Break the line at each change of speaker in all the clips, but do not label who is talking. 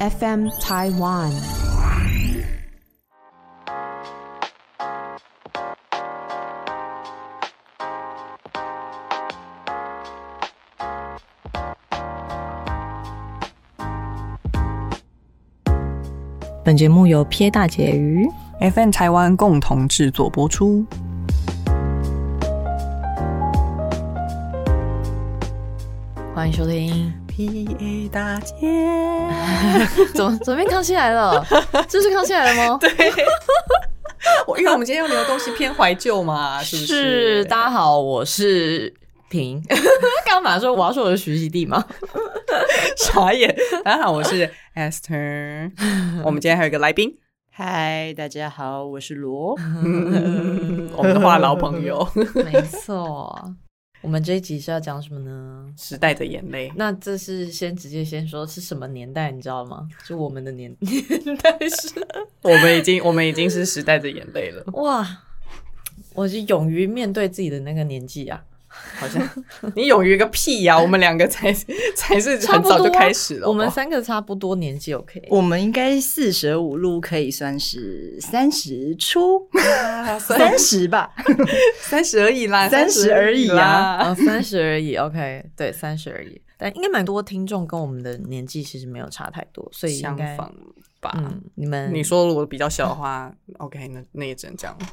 FM Taiwan。
本节目由撇大姐鱼
FN 台湾共同制作播出。
欢迎收听。
PA 大姐，
怎么怎么变康熙来 了？这是康熙来了吗？对，
我因为我们今天要聊的东西偏怀旧 嘛，是不是？
大家好，我是平。 刚刚马上说我要说我是徐熙娣嘛，
傻眼。大家好，我 是 Esther。我们今天还有一个来宾，
嗨，大家好，我是罗。
嗯我们的话痨朋友，
没错。我们这一集是要讲什么呢？
时代的眼泪。
那这是先直接先说是什么年代，你知道吗？就我们的年年代是
我们已经，我们已经是时代的眼泪了。
哇，我是勇于面对自己的那个年纪啊，
好像你勇于个屁 呀、我们两个才才是
差
很
不多
早
啊
就开始了。
我们
好不好
三个差不多年纪，OK？
我们应该四舍五入可以算是三十 出，三十吧。
哦三十而已啦，
三十而已啊
啦。
啊，三十而已，OK，对，三十而已。但应该蛮多听众跟我们的年纪其实没有差太多，所以应
相
该
仿吧。
嗯，你们
你说如果比较小的话，OK，那那也只能这样了。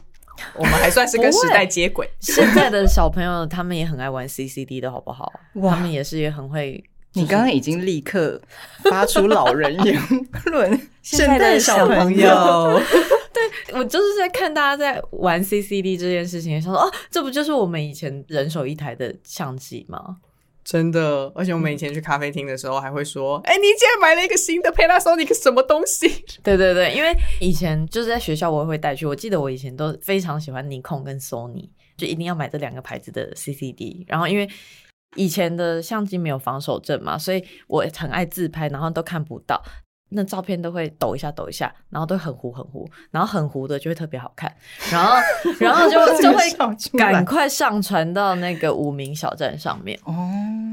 我们还算是跟
不会
时代接轨，
现在的小朋友他们也很爱玩 CCD 的好不好？
哇
他们也是也很会。
你刚刚已经立刻发出老人言论，现代小朋
现
友。
在的小朋友
我就是在看大家在玩 CCD 这件事情，想说哦，这不就是我们以前人手一台的相机吗？
真的。而且我们以前去咖啡厅的时候，还会说：“哎、你竟然买了一个新的 Panasonic 什么东西
对对对，因为以前就是在学校我也会带去，我记得我以前都非常喜欢尼控跟 Sony，就一定要买这两个牌子的 CCD。然后因为以前的相机没有防手震嘛，所以我很爱自拍，然后都看不到。那照片都会抖一下抖一下，然后都很糊很糊，然后很糊的就会特别好看，然后 然后就就会 赶快上传到那个无名小站上面。
哦，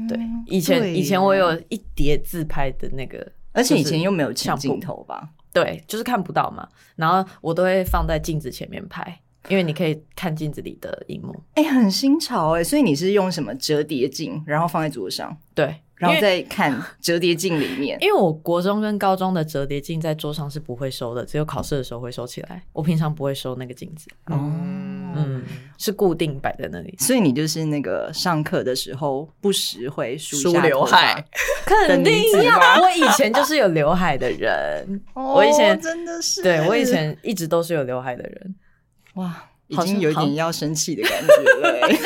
对，以前
对
以前我有，一叠自拍的那个，
而且以
就是
前又没有前镜头吧？
对，就是看不到嘛。然后我都会放在镜子前面拍，因为你可以看镜子里的荧幕。
哎、很新潮哎、所以你是用什么折叠镜，然后放在桌上，
对，
然后
因为
再看折叠镜里面。
因为我国中跟高中的折叠镜在桌上是不会收的，只有考试的时候会收起来。我平常不会收那个镜子，？”
嗯，
嗯，是固定摆在那里。
所以你就是那个上课的时候不时会梳一
梳
下
刘
头发
海，
肯定
等你
要
自挖，
我以前就是有刘海的人，
哦
我以前
真的是，
对我以前一直都是有刘海的人。
哇，已
好
经
像
有
好哦
点要生气的感觉 了欸、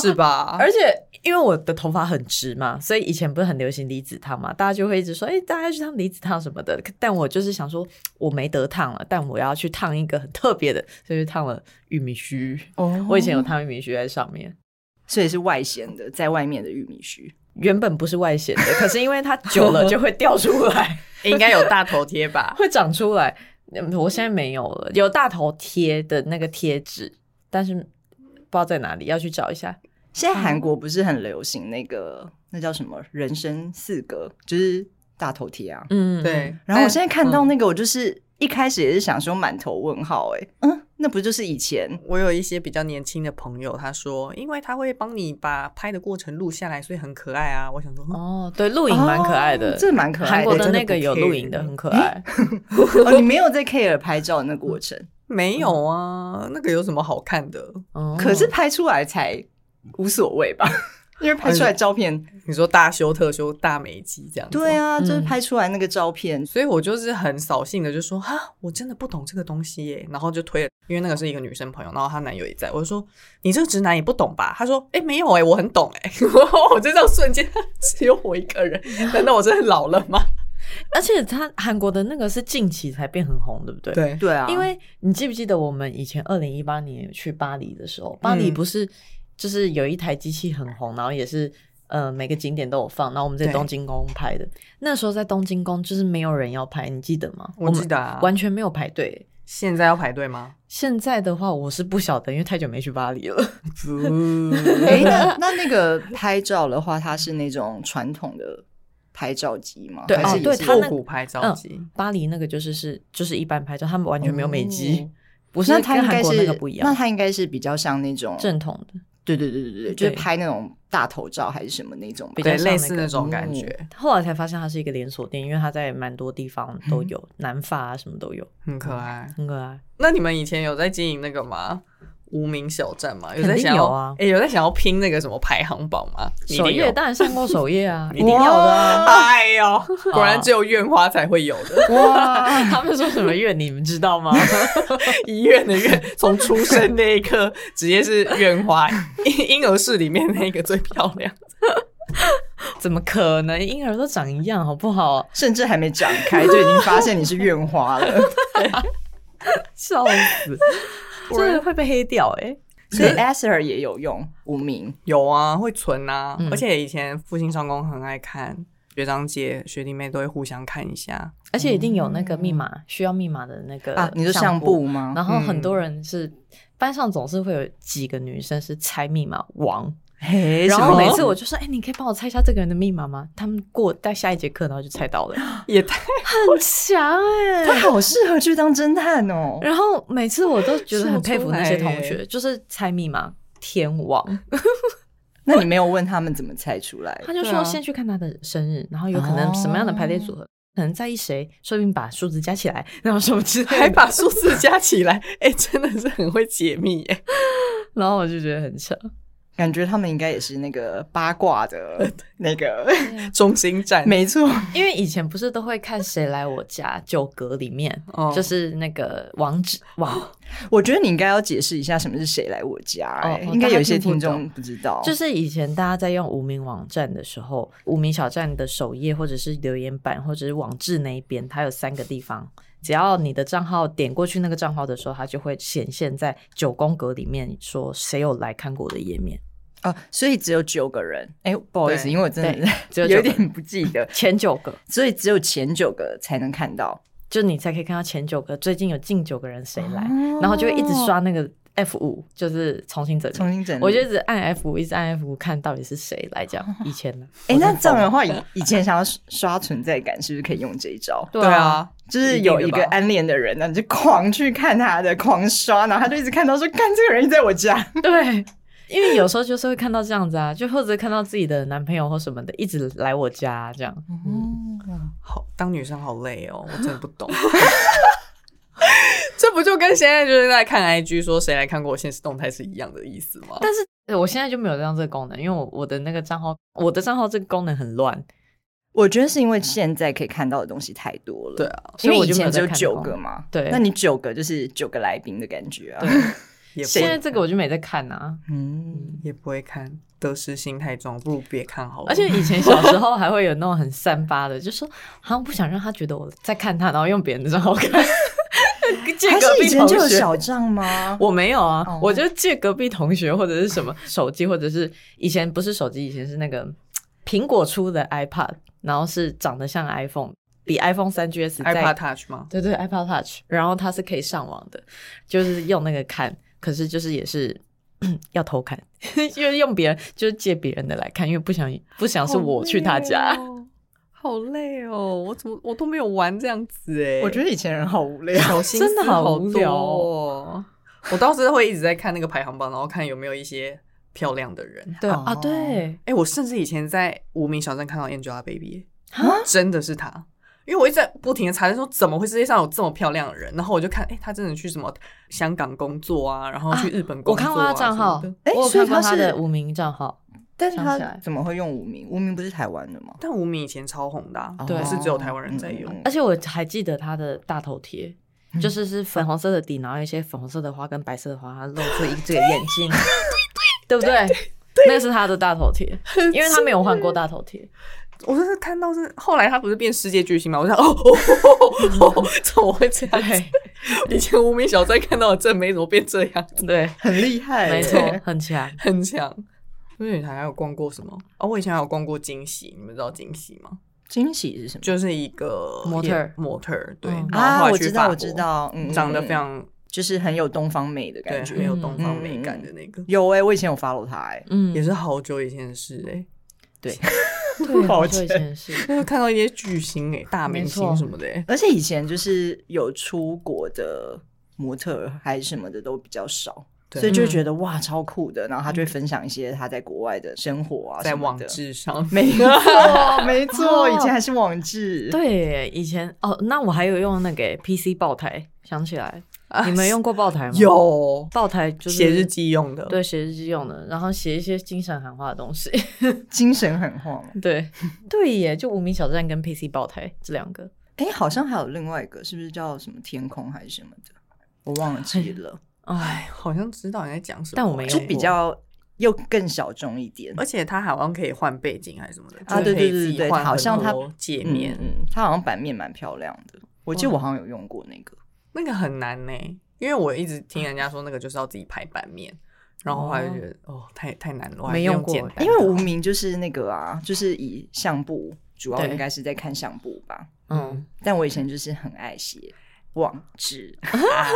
是吧？
而且因为我的头发很直嘛，所以以前不是很流行离子烫嘛，大家就会一直说，哎、大家去烫离子烫什么的。但我就是想说，我没得烫了，但我要去烫一个很特别的，所以就烫了玉米须。
哦
我以前有烫玉米须在上面，
所以是外显的，在外面的玉米须。
原本不是外显的，可是因为它久了就会掉出来，
应该有大头贴吧？
会长出来。嗯我现在没有了，有大头贴的那个贴纸，但是不知道在哪里，要去找一下。
现在韩国不是很流行那个那叫什么人生四格，就是大头贴啊。
嗯，
对。
然后我现
在
在看到那个，我就是一开始也是想说满头问号、欸，嗯，那不就是以前？
我有一些比较年轻的朋友，他说，因为他会帮你把拍的过程录下来，所以很可爱啊。我想说，嗯
哦，对，录影蛮可爱的，
哦这蛮可爱的
韩国
真的
那个
不
有
care
录影的，很可爱。
哦，你没有 在 care 拍照的那过程，
没有啊，那个有什么好看的？
哦
可是拍出来才无所谓吧？因为拍出来照片，
你说大修特修大美肌这样子？
对啊，就是
嗯
拍出来那个照片，
所以我就是很扫兴的，就说哈，我真的不懂这个东西耶。然后就推了，因为那个是一个女生朋友，然后她男友也在，我就说你这个直男也不懂吧？她说哎、没有哎，我很懂 哎。我就这样瞬间 只有我一个人，难道我真的老了吗？
而且他韩国的那个是近期才变很红，对不 对？。
对，
对啊，
因为你记不记得我们以前二零一八年去巴黎的
嗯
时候，巴黎不是就是有一台机器很红，然后也是呃每个景点都有放，然后我们在
对
东京宫拍的。那时候在东京宫就是没有人要拍，你记得吗？
我记得啊
我们完全没有排队。
现在要排队吗？
现在的话，我是不晓得，因为太久没去巴黎了。
不，
哎、那那那个拍照的话，它是那种传统的拍照机吗？
对
还是
哦
也
对
是
它
复
那
古拍照
嗯
机，
巴黎那个就是是就是一般拍照，他们完全没有美肌，
哦
不是
那
跟
它应
韩
该
国那
是
个不一
那
样，
它应该是比较像那种
正统的。
对对对对对，就是
对
拍那种大头照还是什么那种吧
比较
对，
像
类
那
似
个
那种感
嗯
觉，
后来才发现它是一个连锁店，因为它在蛮多地方都有，南法啊什么都有，啊
很可爱。
很可爱。
那你们以前有在经营那个吗？无名小站吗？有
肯
在
定
想
有
要
啊
诶有在想要拼那个什么排行榜吗？你一定
首
有，
页当然上过首页啊
一定有的啊。哎呦，果然
啊
只有院花才会有的。
哇，
他们说什么月你们知道 吗？
医院的院，从出生那一刻，直接是院花，婴婴儿室里面那个最漂亮。
怎么可能？婴儿都长一样，好不好？
甚至还没展 开就已经发现你是院花了。
笑 死，真的会被黑掉哎、
所以 Acer 也有用无名，
有啊，会存啊，
嗯
而且以前复兴商工很爱看，学长姐、学弟妹都会互相看一下。
而且一定有那个密码，需要密码的那个
啊，你说
呃相
相簿吗？
然后很
嗯
多人是、班上总是会有几个女生是猜密码王，
嘿然
然后
后
每
每
次
次
我就说，哎、你可以帮我猜一下这个人的密码吗？他们过在下一节课，然后就猜 到了，
也太
很强
欸
哎、
他好适合去当侦探哦。
然后每次我都觉得很佩服那些同
笑出来欸
学，就是猜密码天王，
那你没有问他们怎么猜出来？
他就
对
说
啊哦
先去看他的生日，然后有可能什么样的排列组合，可能在意谁，说不定把数字加起来，然后什么之
还
类的。
把数字加起来，哎、真的是很会解密哎、
然后我就觉得很扯，
感觉他们应该也是那个八卦 的那个，
中心站
没错。
因为以前不是都会看《谁来我家》九格里 面，
哦
就是那个网址哇，
我觉得你应该要解释一下什么是谁来我家、欸，
哦我
应该有一些
大概听
听
不懂
众不知道。
就是以前大家在用无名网站的时候，无名小站的首页或者是留言板或者是网志那一边，它有三个地方，只要你的账号点过去那个账号的时候，它就会显现在九宫格里面，说谁有来看过我的页面。
啊，所以只有九个人。哎、不好意思，
对
因为我真 的
只有九
有
个
点不记得，
前九个，
所以只有前九个才能看到。
就你才可以看到前九个，最近有近九个人谁来，
哦
然后就会一直刷那个 F 五，就是重新整理。
重新整理，
我就一直按 F 五，一直按 F 五，看到底是谁来讲。以前呢？
哎、
我真
那
的
这样
疯
的
了
话，以以前想要刷刷存在感，是不是可以用这一招？
对
对
啊，
啊，
就是有一
一定
个
的吧
暗恋的人，那你就狂去看他的，狂刷，然后他就一直看到说，看这个人一直在我家，
对。因为有时候就是会看到这样子啊，就或者看到自己的男朋友或什么的，一直来我家、这样。哦
好当女生好累 哦，我真的不懂。这不就跟现在就是在看 IG 说谁来看过我现实动态是一样的意思吗？
但是呃我现在就没有这样这个功能，因为我我的那个账号，我的账号这个功能很乱，
我觉得是因为现在可以看到的东西太多了，
对，啊，
因
所以
为
我
以
就没
前
有
只
在
有
看
九
这
个
功能。
嘛，
对
那你九个就是九个来宾的感觉啊，
也不
现在这个我就没在看啊，
嗯，
也不会看，得失心太重，不如别看好了。
而且以前小时候还会有那种很散发的，就说好像不想让他觉得我在看他，然后用别人的账号 看。借
还
隔
是以
壁
前
同
就有
学，
小账吗？
我没有啊，
哦
我就借隔壁同学或者是什么手机，或者是以前不是手机，以前是那个嘖苹果出的 iPad，然后是长得像 iPhone，比 iPhone 三 GS 在
iPad Touch 吗？
对对 iPad Touch，然后它是可以上网的，就是用那个看，可是就是也是 要偷看， 因为用别人就是借别人的来看，因为不想不想是我去他家。
哦好累哦，我怎么我都没有玩这样子哎，
我觉得以前人好无聊，
小心
真的
思
好
好
无聊
哦。我倒是会一直在看那个排行榜，然后看有没有一些漂亮的人。
对啊，
哦
对，
哎、我甚至以前在无名小镇看到 Angelababy，欸
啊
真的是她。因为我一直在不停的查，就说怎么会世界上有这么漂亮的人？然后我就看，哎、她真的去什么香港工作啊，然后去日本
我
工作、啊
看过他账号
什么
哎
的，
我有
所
看
以
过
他
他的
是
无名账号，
但是
想
他
起来
怎么会用无名？无名不是台湾的吗？
但无名以前超红的、啊，
对嗯
不是只有台湾人在用。
而且我还记得他的大头贴。就是是粉红色的底，然后一些粉红色的花跟白色的花，它露出一这个眼睛， 对不对？那是他的大头贴，因为他没有换过大头贴。
我就是看到是后来她不是变世界巨星嘛，我就想哦哦哦哦哦，怎么会这样子？以前无名小镇看到的正妹怎么变这样？
对，
很厉害
没
耶，
错，很强。
很强。因为你还有逛过什么？哦，我以前还有逛过惊喜，你们知道惊喜吗？
惊喜是什么？
就是一个
模特儿
模特儿对
嗯，
然后
啊，
后来
我
去
知
法
道，
国
我知，道，嗯，嗯
长得
嗯
非常
就是很有东方美的
对，
感
很
觉。欸
有东方
嗯
美感的那个，
欸有哎、我以前有 follow 他哎、
嗯，
也是好久以前的事哎。
对，对，
抱
好久以
歉
前是，
就是看到一些巨星哎、大明星
没错
什么的、欸，
而且以前就是有出国的模特儿还是什么的都比较少，
对嗯
所以就会觉得哇超酷的。然后他就会分享一些他在国外的生活啊，
在网
的。
志上
没错，没错，
哦
以前还是网志。，
对，以前哦，那我还有用那个 PC 报台，想起来，你们用过报台吗？
有
报台就是
写日，记用的，
对，写日记用的，然后写一些精神喊话的东西。
精神很晃。
对， 对耶，就无名小站跟 PC 报台这两个，
哎，好像还有另外一个，是不是叫什么天空还是什么的？我忘记了，
哎，
好像知道你在讲什么，哎
但我没
就
用
比
过
较又更小众一点。
而且它好像可以换背景还是什么的
啊
就
对
是可以
对对
自己
对
换
好像
很
它
多界
嗯
面，
嗯，它好像版面蛮漂亮的。我记得
哇
我好像有用过那个，
那个很难呢、因为我一直听人家说那个就是要自己排版面，然后我还
哦
觉得哦太太难了，我还
没
是
用
用
过
简
欸
单
因为
的
无名就是那个啊，就是以相簿，主要
对
应该是在看相簿吧。
嗯，
但我以前就是很爱写网志，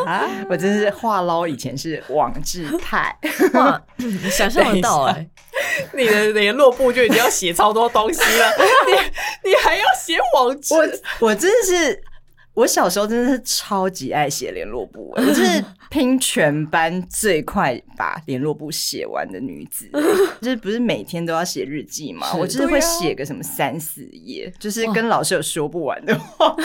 啊，
我真是话唠，以前是网志 派。
哇，想象得到
等
哎，
你的联络部就已经要写超多东西 了，你你还要写网志，
我我真的是，我小时候真的是超级爱写联络簿，欸我就是拼全班最快把联络簿写完的女子。欸 就是不是每天都要写日记嘛？
是
我就是会
对啊
写个什么三四页，就是跟老师有说不完 的话。
你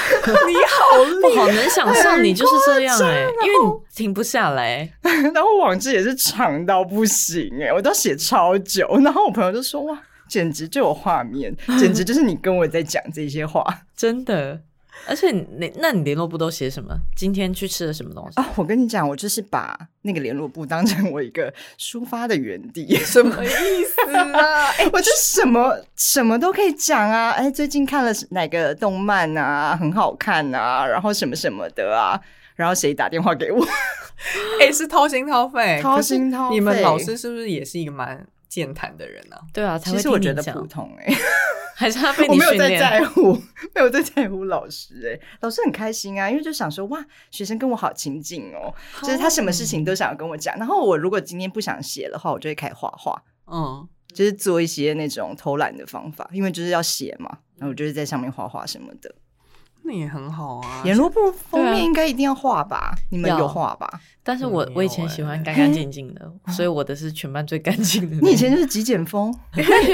好
不好能想象你就是这样哎，因为你停不下来，
然后网志也是长到不行哎、我都写超久。然后我朋友就说：“哇，简直就有画面，简直就是你跟我在讲这些话
真的。而且你那你联络簿都写什么？今天去吃了什么东西？
啊！”我跟你讲，我就是把那个联络簿当成我一个抒发的园地，
什么意思啊？ 哎、
我就什么什么都可以讲啊！哎，最近看了哪个动漫啊，很好看啊，然后什么什么的啊。然后谁打电话给我？
哎、是掏心掏肺，
掏心掏肺
可是你们老师是不是也是一个蛮健谈的人呢、啊？
对啊，才
其
会
实我
听
觉
你
得
讲
普通哎、
还是他被
我
你
没有
训
在
练？
在乎， 没有在在乎老师哎、老师很开心啊，因为就想说哇，学生跟我好亲近哦，就是他什么事
哦
情都想要跟我讲。然后我如果今天不想写的话，我就会开始画画，
嗯，
就是做一些那种偷懒的方法，因为就是要写嘛。然后我就是在上面画画什么的，
那也很好啊。
联络部封
对啊
面应该一定要画吧？你们有
要
画吧？
但是我
没
我以
有
前喜欢
欸
干干净净的，所以我的是全班最干净的那个。
你以前 就是极简风，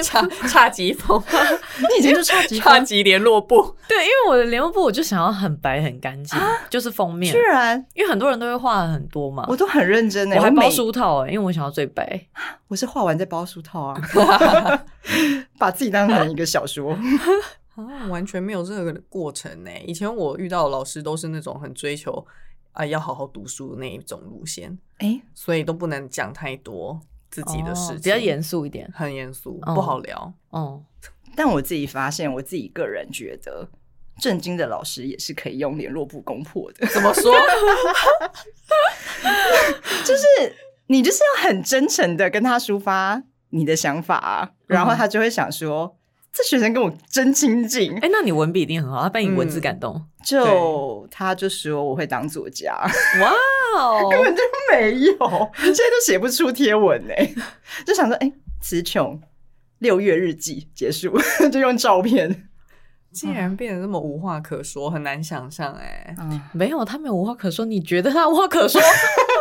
差 差 级风，
你以前就超级
差
风，
级联络部，
对，因为我的联络簿我就想要很白很干净，就是封面
居，然
因为很多人都会画很多嘛。
我都很认真哎、
我还包
每
书套哎、因为我想要最白。
我是画完再包书套 啊， 把自己当成一个小说。
啊，完全没有这个过程呢、以前我遇到的老师都是那种很追求啊要好好读书的那一种路线，
哎、
所以都不能讲太多自己的事
哦
情，
比较严，肃一点。
很严肃，
哦
不好聊。
哦，
但我自己发现，我自己个人觉得，正经的老师也是可以用联络簿攻破的。
怎么说？
就是你就是要很真诚的跟他抒发你的想法、啊，然
嗯
后他就会想说，这学生跟我真亲近
哎、，那你文笔一定很好，他被你文字
嗯
感动。
就他就说我会当作家，
哇哦，
根本就没有，现在都写不出贴文 呢、就想说，哎、词穷。六月日记结束， 就用照片。
竟然变得这么无话可说，很难想象 哎、
啊、
没有，他没有无话可说。你觉得他无话可 说？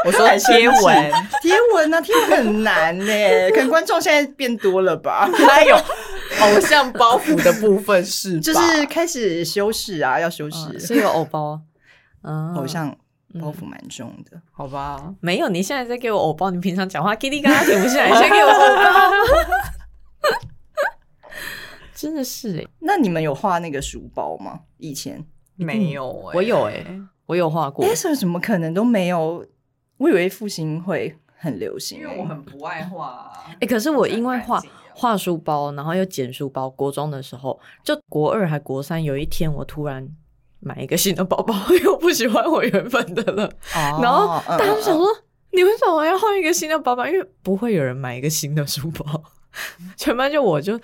我说贴文，
贴文呢、啊？贴文很难呢、 可能观众现在变多了吧。
还有偶像包袱的部分是吧，
就是开始修饰啊，要修
嗯
饰。
所以有偶包。嗯，
偶像包袱蛮重的，
好吧？
没有，你现在在给我偶包，你平常 讲话叽里嘎啦停不下来，你现在给我偶包， 真的是哎、
那你们有画那个书包吗？以前，
没有哎、
我有哎、我有画过
那，时候怎么可能都没有？我以为复兴会很流行、欸
因为我很不爱画、啊
哎、。可是我因为
我
画
想干净啊
画书包，然后又剪书包，国中的时候，就国二还国三，有一天我突然买一个新的包包， 因为我不喜欢我原本的了。
哦
然后
嗯
大家就想
嗯
说，你为什么要换一个新的包包？因为不会有人买一个新的书包， 全班就我就。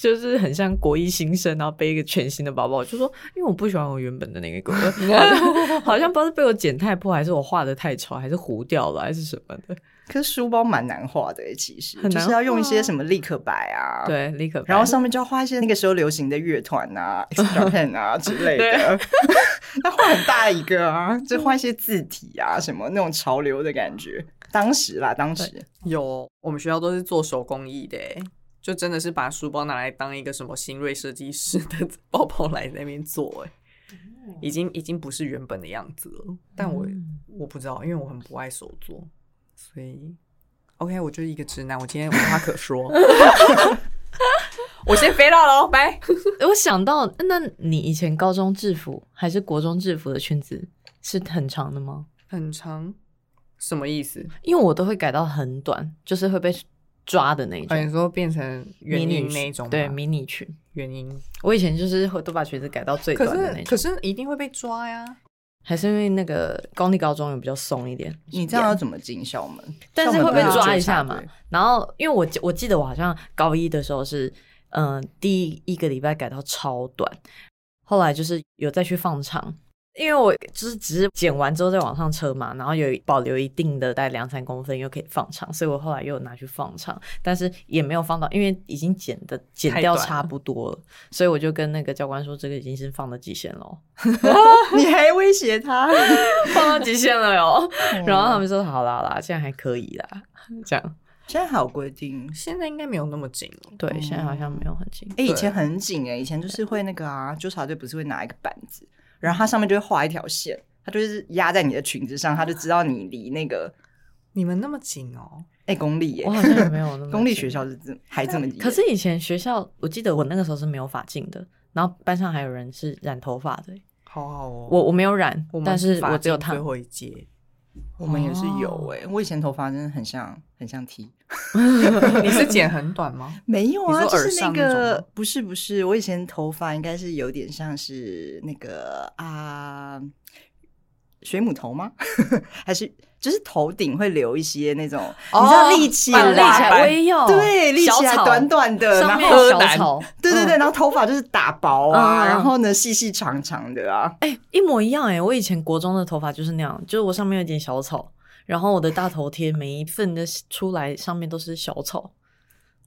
就是很像国一新生，然后背一个全新的包包，我就说，因为我不喜欢我原本的那个 格，好像好像不知道是被我剪太破，还是我画的太丑，还是糊掉了，还是什么的。
可是书包蛮难画的、欸，其实
很
就
难
是要用一些
画
什么立可白啊，，
对，立刻白。
然后上面就要画一些那个时候流行的乐团 啊、X Japan 啊之类的， 那画很大一个啊，就画一些字体啊什么那种潮流的感觉。当时啦，当时
有，我们学校都是做手工艺的欸，就真的是把书包拿来当一个什么新锐设计师的 包包来那边做，哎，已经已经不是原本的样子了。但我
嗯
我不知道，因为我很不爱手作，所以 OK，我就是一个直男，我今天无话可说。 我先飞到喽，拜。
我想到，那你以前高中制服还是国中制服的裙子是很长的吗？
很长，什么意思？
因为我都会改到很短，就是会被抓的那一
哦，你
种。
说变成
迷
原
你
因
裙
那一种？
对，迷你裙。
原因。
我以前就是会都把裙子改到最
可
短的那种
是可，是一定会被抓呀。
还是因为那个公立高中有比较松一点。
你这样要怎么进校门？
但是
校门
会被
不能
抓
纠
一下
察
嘛
队。
然后，因为我记我记得我好像高一的时候是，嗯、第一个礼拜改到超短，后来就是有再去放长，因为我就是只是剪完之后再往上车嘛，然后有保留一定的大概两三公分又可以放长，所以我后来又拿去放长，但是也没有放到，因为已经剪的剪
太
掉
短
差
了
不多了，所以我就跟那个教官说，这个已经是放到极限了哦，
你还威胁他？
放到极限了哟。
嗯
然后他们说好啦好啦，现在还可以啦，这样。
嗯现在还有规定，
现在应该没有那么紧了。
对，现在好像没有很清。
哎、以
对
前很紧哎、以前就是会那个啊，纠察队不是会拿一个板子，然后它上面就会画一条线，它就是压在你的裙子上，它就知道你离那个
你们那么紧哦，
哎、公立耶、
我好像也没有那么
公立
清
学校是这还这么严，
可是以前学校，我记得我那个时候是没有发镜的，然后班上还有人是染头发的欸、
好好哦。
我我没有染
我，们
但
是
是
法
我只有
进
烫
最，后一届，
我们也是有哎、我以前头发真的很像很像 T，
你是剪很短吗？
没有
你
啊，
说
就是
耳
那
上那种
个
吗
不是不是，我以前头发应该是有点像是那个啊水母头吗？ 还是就是头顶会留一些那种，你知道立起
哦把
来，
立起欸来，我也有，
对，立
小
起来
草
短，短的，然
上面
后
有小
柯南
草，
对对
嗯
对，，然后头发就是打薄啊，
嗯
然后呢细细长长的啊，
哎、一模一样哎、我以前国中的头发就是那样，就是我上面有点小草，然后我的大头贴每一份的出来上面都是小草，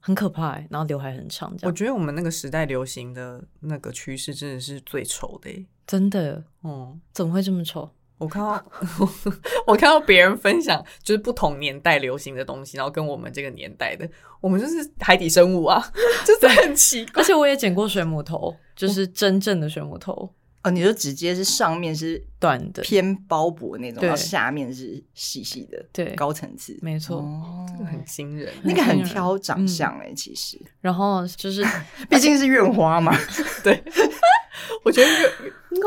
很可怕、欸，然后刘海很长， 这
我
样
觉得我们那个时代流行的那个趋势真的是最丑的欸。
真的
嗯，
怎么会这么丑？
我看到 我看到别人分享就是不同年代流行的东西，然后跟我们这个年代的，我们就是海底生物啊， 就是很奇怪。
而且我也剪过水母头，就是真正的水母头，
哦，你就直接是上面是
短的，
哦偏包裹那种，
对
然后下面是细细的，
对
高层次，
没错。
哦
这个很惊人，
那个
很
很
惊人
挑长
嗯
相哎、其实
然后就是，
毕竟是院花嘛，
我觉得越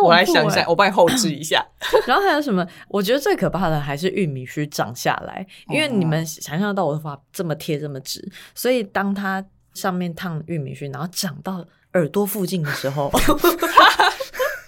我来想一
欸
下，，我帮你后置一下。
然后还有什么？我觉得最可怕的还是玉米须长下来，因为
哦
你们想象得到我的头发这么贴这么直，所以当它上面烫玉米须，然后长到耳朵附近的 时候，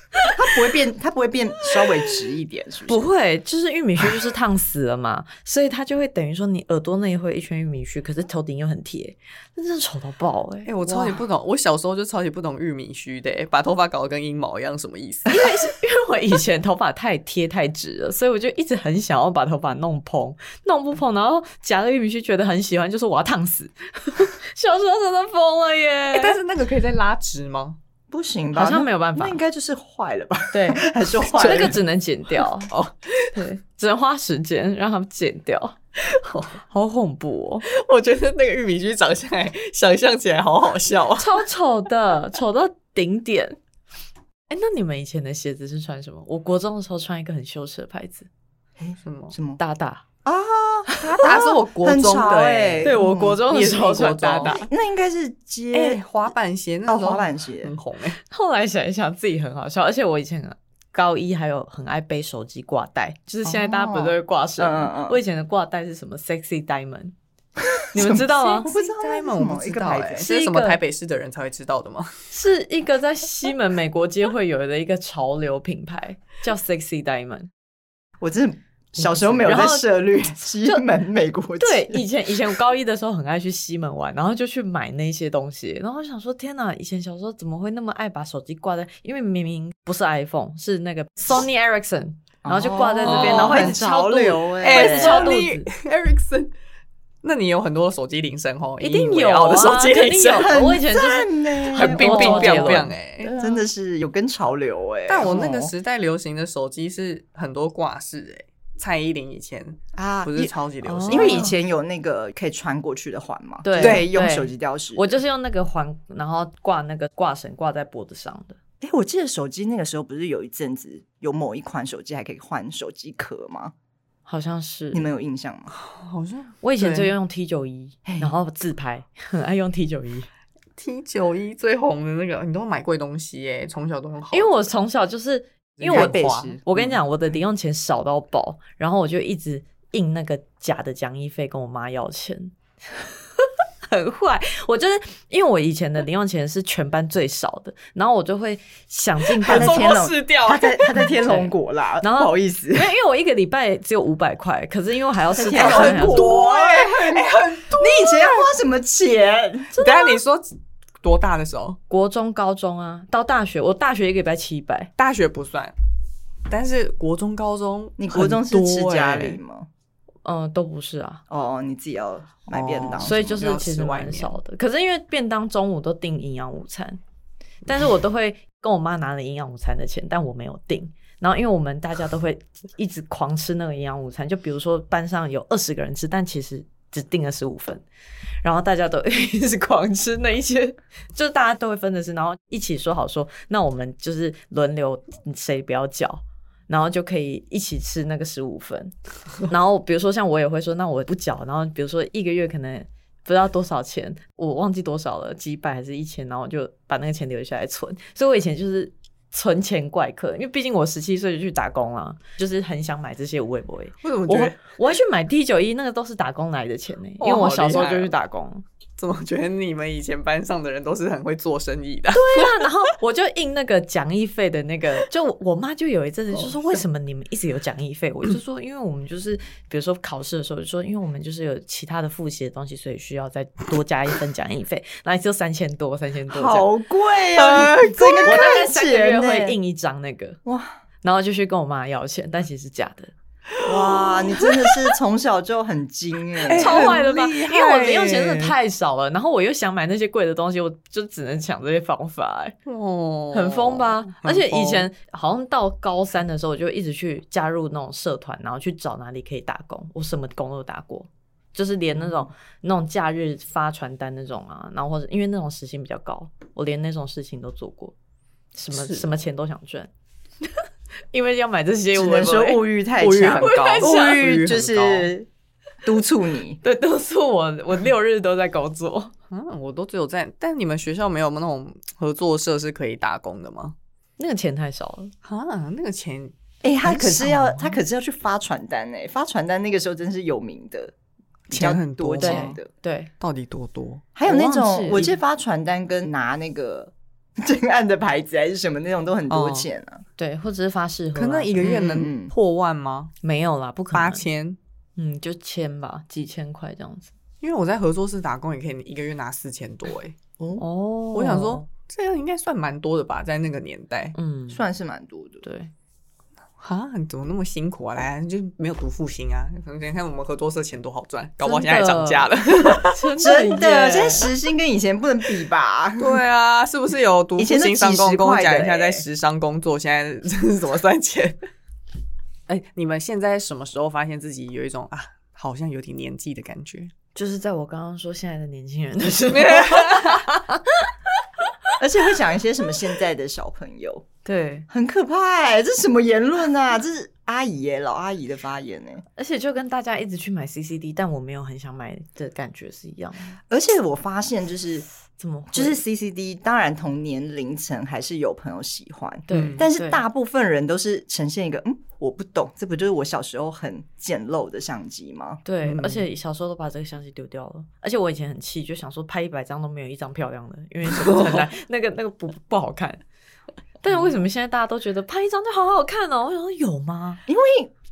它不会变，它不会变稍微直一点，是不
不
是？
会，就是玉米须就是烫死了嘛，所以它就会等于说你耳朵内会有一圈玉米须，可是头顶又很贴，那真的丑到爆哎、
哎、我超级不懂，我小时候就超级不懂玉米须的欸，把头发搞得跟阴毛一样，什么 意思？
因为是因 为我以前头发太贴太直了，所以我就一直很想要把头发弄蓬，弄不蓬，然后夹着玉米须觉得很喜欢，就说我要烫死。 小时候真的疯了耶！
欸但是那个可以再拉直吗？
不行吧？
好像
那
没有办法
那应该就是坏了吧？
对，
还是坏了？
那个只能剪 掉
哦，
对，只能花时间让他们剪掉， 好好恐怖哦，
我觉得那个玉米须长下来，想象起来好好笑啊！
超丑的，丑到顶点。哎，那你们以前的鞋子是穿什么？我国中的时候穿一个很羞耻的牌子，
什么？
什么
大大。
啊？
打是我国
很
中
潮
的
欸
欸，
对我嗯国中的
也是
时候
你国
穿大
中
大，
那应该是
哎、
接
啊滑板鞋那
哦
时候
滑板鞋
很，
嗯
红哎、
后来想一想，自己很好笑，而且我以前高一还有很爱背手机挂带，就是现在大家不都会挂绳
哦
吗？
嗯嗯嗯
我以前的挂带是什么？Sexy Diamond，你们知道吗
我？不知道那是什
我不
么
知
一个
道
牌
哎、
子
是
这
一
是什么
个
台北市的人才会知道的吗？
是一个在西门美国街会有的一个潮流品 牌，叫 Sexy Diamond。
我真的小时候没有在涉猎西门美国籍
对，以前以前我高一的时候很爱去西门玩，然后就去买那些东西，然后我想说天哪，以前小时候怎么会那么爱把手机挂在？因为明明不是 iPhone，是那个 Sony Ericsson，然后就挂在这边，
哦
然后会一
很
直敲
潮
肚
流哎、
会一直敲肚
Sony
子。
Ericsson 那你有很多手机铃声哦，
一定
引以为
有
傲
啊，
的手机
肯
铃
定
声，
有。我以前就是哦
赞呢，
很
冰冰
冰冰
冰
冰
冰
冰
冰
哎。
真的是有跟潮流哎、
但我那个
哦
时代流行的手机是很多挂饰哎，蔡依林以前
啊
不
也
是超级流行，
因为以前有那个可以穿过去的环嘛，
哦对
对，用
对
手机吊饰。
我就是用那个环，然后挂那个挂绳挂在脖子上的。
哎、我记得手机那个时候不是有一阵子有某一款手机还可以换手机壳吗？
好像是
你们有印象吗？
好像
我以前就
对
用 T 九一
嘿，
然后自拍， 很爱用 T 九一，
T 九一最红的那个，你都买贵东西哎，从小都用好，
因为我从小就是因为
台
我
北
滑
市
我跟你讲，我的零用钱少到爆，然后我就一直印那个假的讲义费跟我妈要钱， 很坏。我就是因为我以前的零用钱是全班最少的，然后我就会想尽
他
办
在
法
中。
天
国
龙
市掉
他在他在天龙国 啦，
然后
不好意思
没，有，因为我一个礼拜只有五百块，可是因为我还要吃
天
早
龙
餐，还要
国
哎，很
你以前要花什么钱？
等一下你说多大的时候？
国中、高中啊，到大学，我大学一个礼拜七百，
大学不算，但是国中、高中，欸
你国中是吃家里
欸
里，
吗？
嗯，都不是啊，
哦，你自己要买便当什么的，
哦
所以就是
要吃
其实
外
蛮
面
少的。可是因为便当中午都订营养午餐，但是我都会跟我妈拿了营养午餐的钱，但我没有订。然后因为我们大家都会一直狂吃那个营养午餐，就比如说班上有二十个人吃，但其实只订了十五份，然后大家都 一直狂吃那一些，就是大家都会分着吃，然后一起说好说，那我们就是轮流谁不要叫。然后就可以一起吃那个十五份，然后比如说像我也会说，那我不缴，然后比如说一个月可能不知道多少钱，我忘记多少了，几百还是一千，然后我就把那个钱留下来存。所以我以前就是存钱怪客，因为毕竟我十七岁就去打工了，就是很想买这些无为不为。
为什么
我
觉
会
得
我还去买 T 九一，那个都是打工来的钱呢、
哦
因为我小时候
好厉
就
害哦
去打工。
怎么觉得你们以前班上的人都是很会做生意的？
对啊，然后我就印那个讲义费的那个，就我妈就有一阵子就说，为什么你们一直有讲义费？我就说，因为我们就是比如说考试的时候，就说因为我们就是有其他的复习的东西，所以需要再多加一份讲义费，那一次就三千多，三千多这样。
好贵啊！你这个
我大概
看
三个月
钱呢
欸
会印一张那个，
哇
然后就去跟我妈要钱，但其实是假的，
哇，你真的是从小就很精 哎，
超坏的吧？
很厉
因
害欸
为我零用钱真的
耶
太少了，然后我又想买那些贵的东西，我就只能想这些方法、哎。
哦
很疯吧？而且以
疯
前好像到高三的时候，我就一直去加入那种社团，然后去找哪里可以打工。我什么工都打过，就是连那种那种假日发传单那种啊，然后或者因为那种时薪比较高，我连那种事情都做过，什么
是
什么钱都想赚， 因为要买这些，
只
我
能说物欲太
物欲
强
很，高，
物欲就
很高
是督促你。
对，都是我我六日都在工作。
嗯，我都只有在。但你们学校没有那种合作社是可以打工的吗？
那个钱太少了，
啊，那个钱
哎，他可是要他可是要去发传单哎，发传单那个时候真是有名的，比较
钱很多
多
吗
钱的。
对，
到底多多？
还有那
我忘记
种，
了
我记得发传单跟拿那个正案的牌子还是什么那种都很多
哦
钱啊。
对，或者是发誓
可那一个月能破万吗？
没有啦，不可能
八，千？
嗯，就千吧，几千块这样子。
因为我在合作社打工也可以一个月拿四千多哎、
哦，
哦，
我想说，这样应该算蛮多的吧，在那个年代。
嗯，
算是蛮多的。
对，
啊，你怎么那么辛苦啊？来啊，你就没有读复兴啊？你看我们合作社钱多好赚，搞不好现在还涨价了。
真的，现
真
在时薪跟以前不能比吧？
对啊，是不是有读
以
复
前
兴
是几
商
十
工？跟我
块的
讲一下，
欸
在时商工作现在这是怎么算钱？哎、你们现在什么时候发现自己有一种啊，好像有点年纪的感觉？
就是在我刚刚说现在的年轻 人的时候，
而且会讲一些什么现在的小朋友，
对，
很可怕哎、这是什么言论啊？ 这是阿姨耶、老阿姨的发言哎、
而且就跟大家一直去买 CCD，但我没有很想买的感觉是一样的，
而且我发现就是
怎么会
就是 CCD，当然同年龄层还是有朋友喜欢，
对、
嗯
但是
对
大部分人都是呈现一个嗯，我不懂，这不就是我小时候很简陋的相机吗？
对，
嗯
而且小时候都把这个相机丢掉了，而且我以前很气，就想说拍一百张都没有一张漂亮的，因为什么很难，那个那个不不好看。但是为什么现在大家都觉得拍一张就好好看哦？我想说有吗？
因为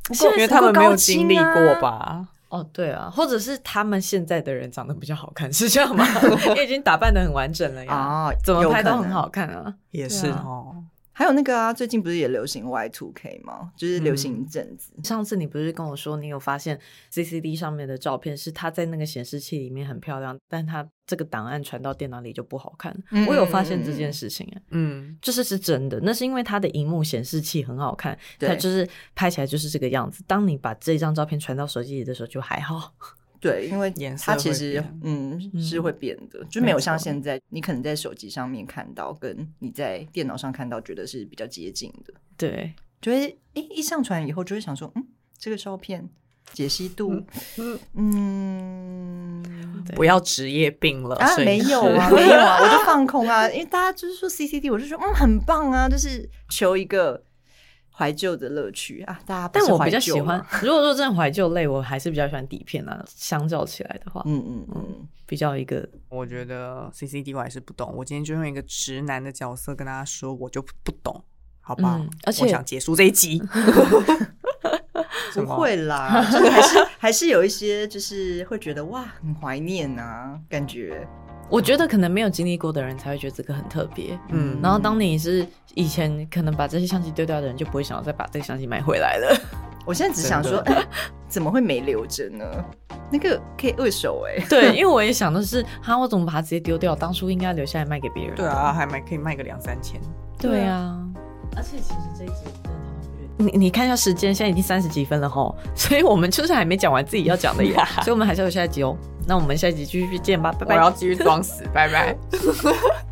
现在
因为
谁
他
会
们没
高
有
清
经历
啊
过吧？
哦，对啊，或者是他们现在的人长得比较好看， 是这样 吗？因为已经打扮的很完整了呀，
啊，
怎么
有
拍都
可
很
能
好看啊。
也
对
是
啊
哦，
还有那个啊，最近不是也流行 Y two K 吗？就是流行一
嗯
阵子。
上次你不是跟我说你有发现 CCD 上面的照片是它在那个显示器里面很漂亮，但它这个档案传到电脑里就不好看。
嗯
我有发现这件事情、欸，
嗯，
就是是真的，那是因为它的荧幕显示器很好看，
对
它就是拍起来就是这个样子。当你把这张照片传到手机里的时候，就还好。
对，因为
颜色
它其
会
实
变
嗯是
嗯
会变的，就没有像
没错
现在你可能在手机上面看到，跟你在电脑上看到觉得是比较接近的，
对，
就会诶一上传以后就会想说，嗯，这个照片解析度，嗯。
对
不要职业病了，
啊，
摄影
没有啊，
师
没有啊，我就放空啊，因为大家就是说 CCD，我就说嗯，很棒啊，就是求一个怀旧的乐趣啊，大家不
但
是
我
怀
比较
旧
喜
嘛
欢， 如果说真的怀旧类，我还是比较喜欢底片啊。相较起来的话，
嗯嗯嗯，
比较一个
我觉得 C C D 我还是不懂。我今天就用一个直男的角色跟大家说，我就不不懂，好吧？
嗯而且
我想结束这一集。 什
不
么
会啦， 就是还是还是有一些就是会觉得哇，很怀念啊，感觉
我觉得可能没有经历过的人才会觉得这个很特别。
嗯
然后当你是以前可能把这些相机丢掉的人，就不会想要再把这个相机买回来了。
我现在只想说，
真
哎怎么会没留着呢？那个可以二手哎、
对，因为我也想的是，哈，我怎么把它直接丢掉？当初应该留下来卖给别人。
对啊，还卖可以卖个两三千。
对啊，而且其实这一集真的你你看一下时间，现在已经三十几分了吼， 所以我们就是还没讲完自己要讲的耶，所以我们还是有下一集哦。那我们下一集继续见吧，拜
我
拜。
要继续装死，拜拜。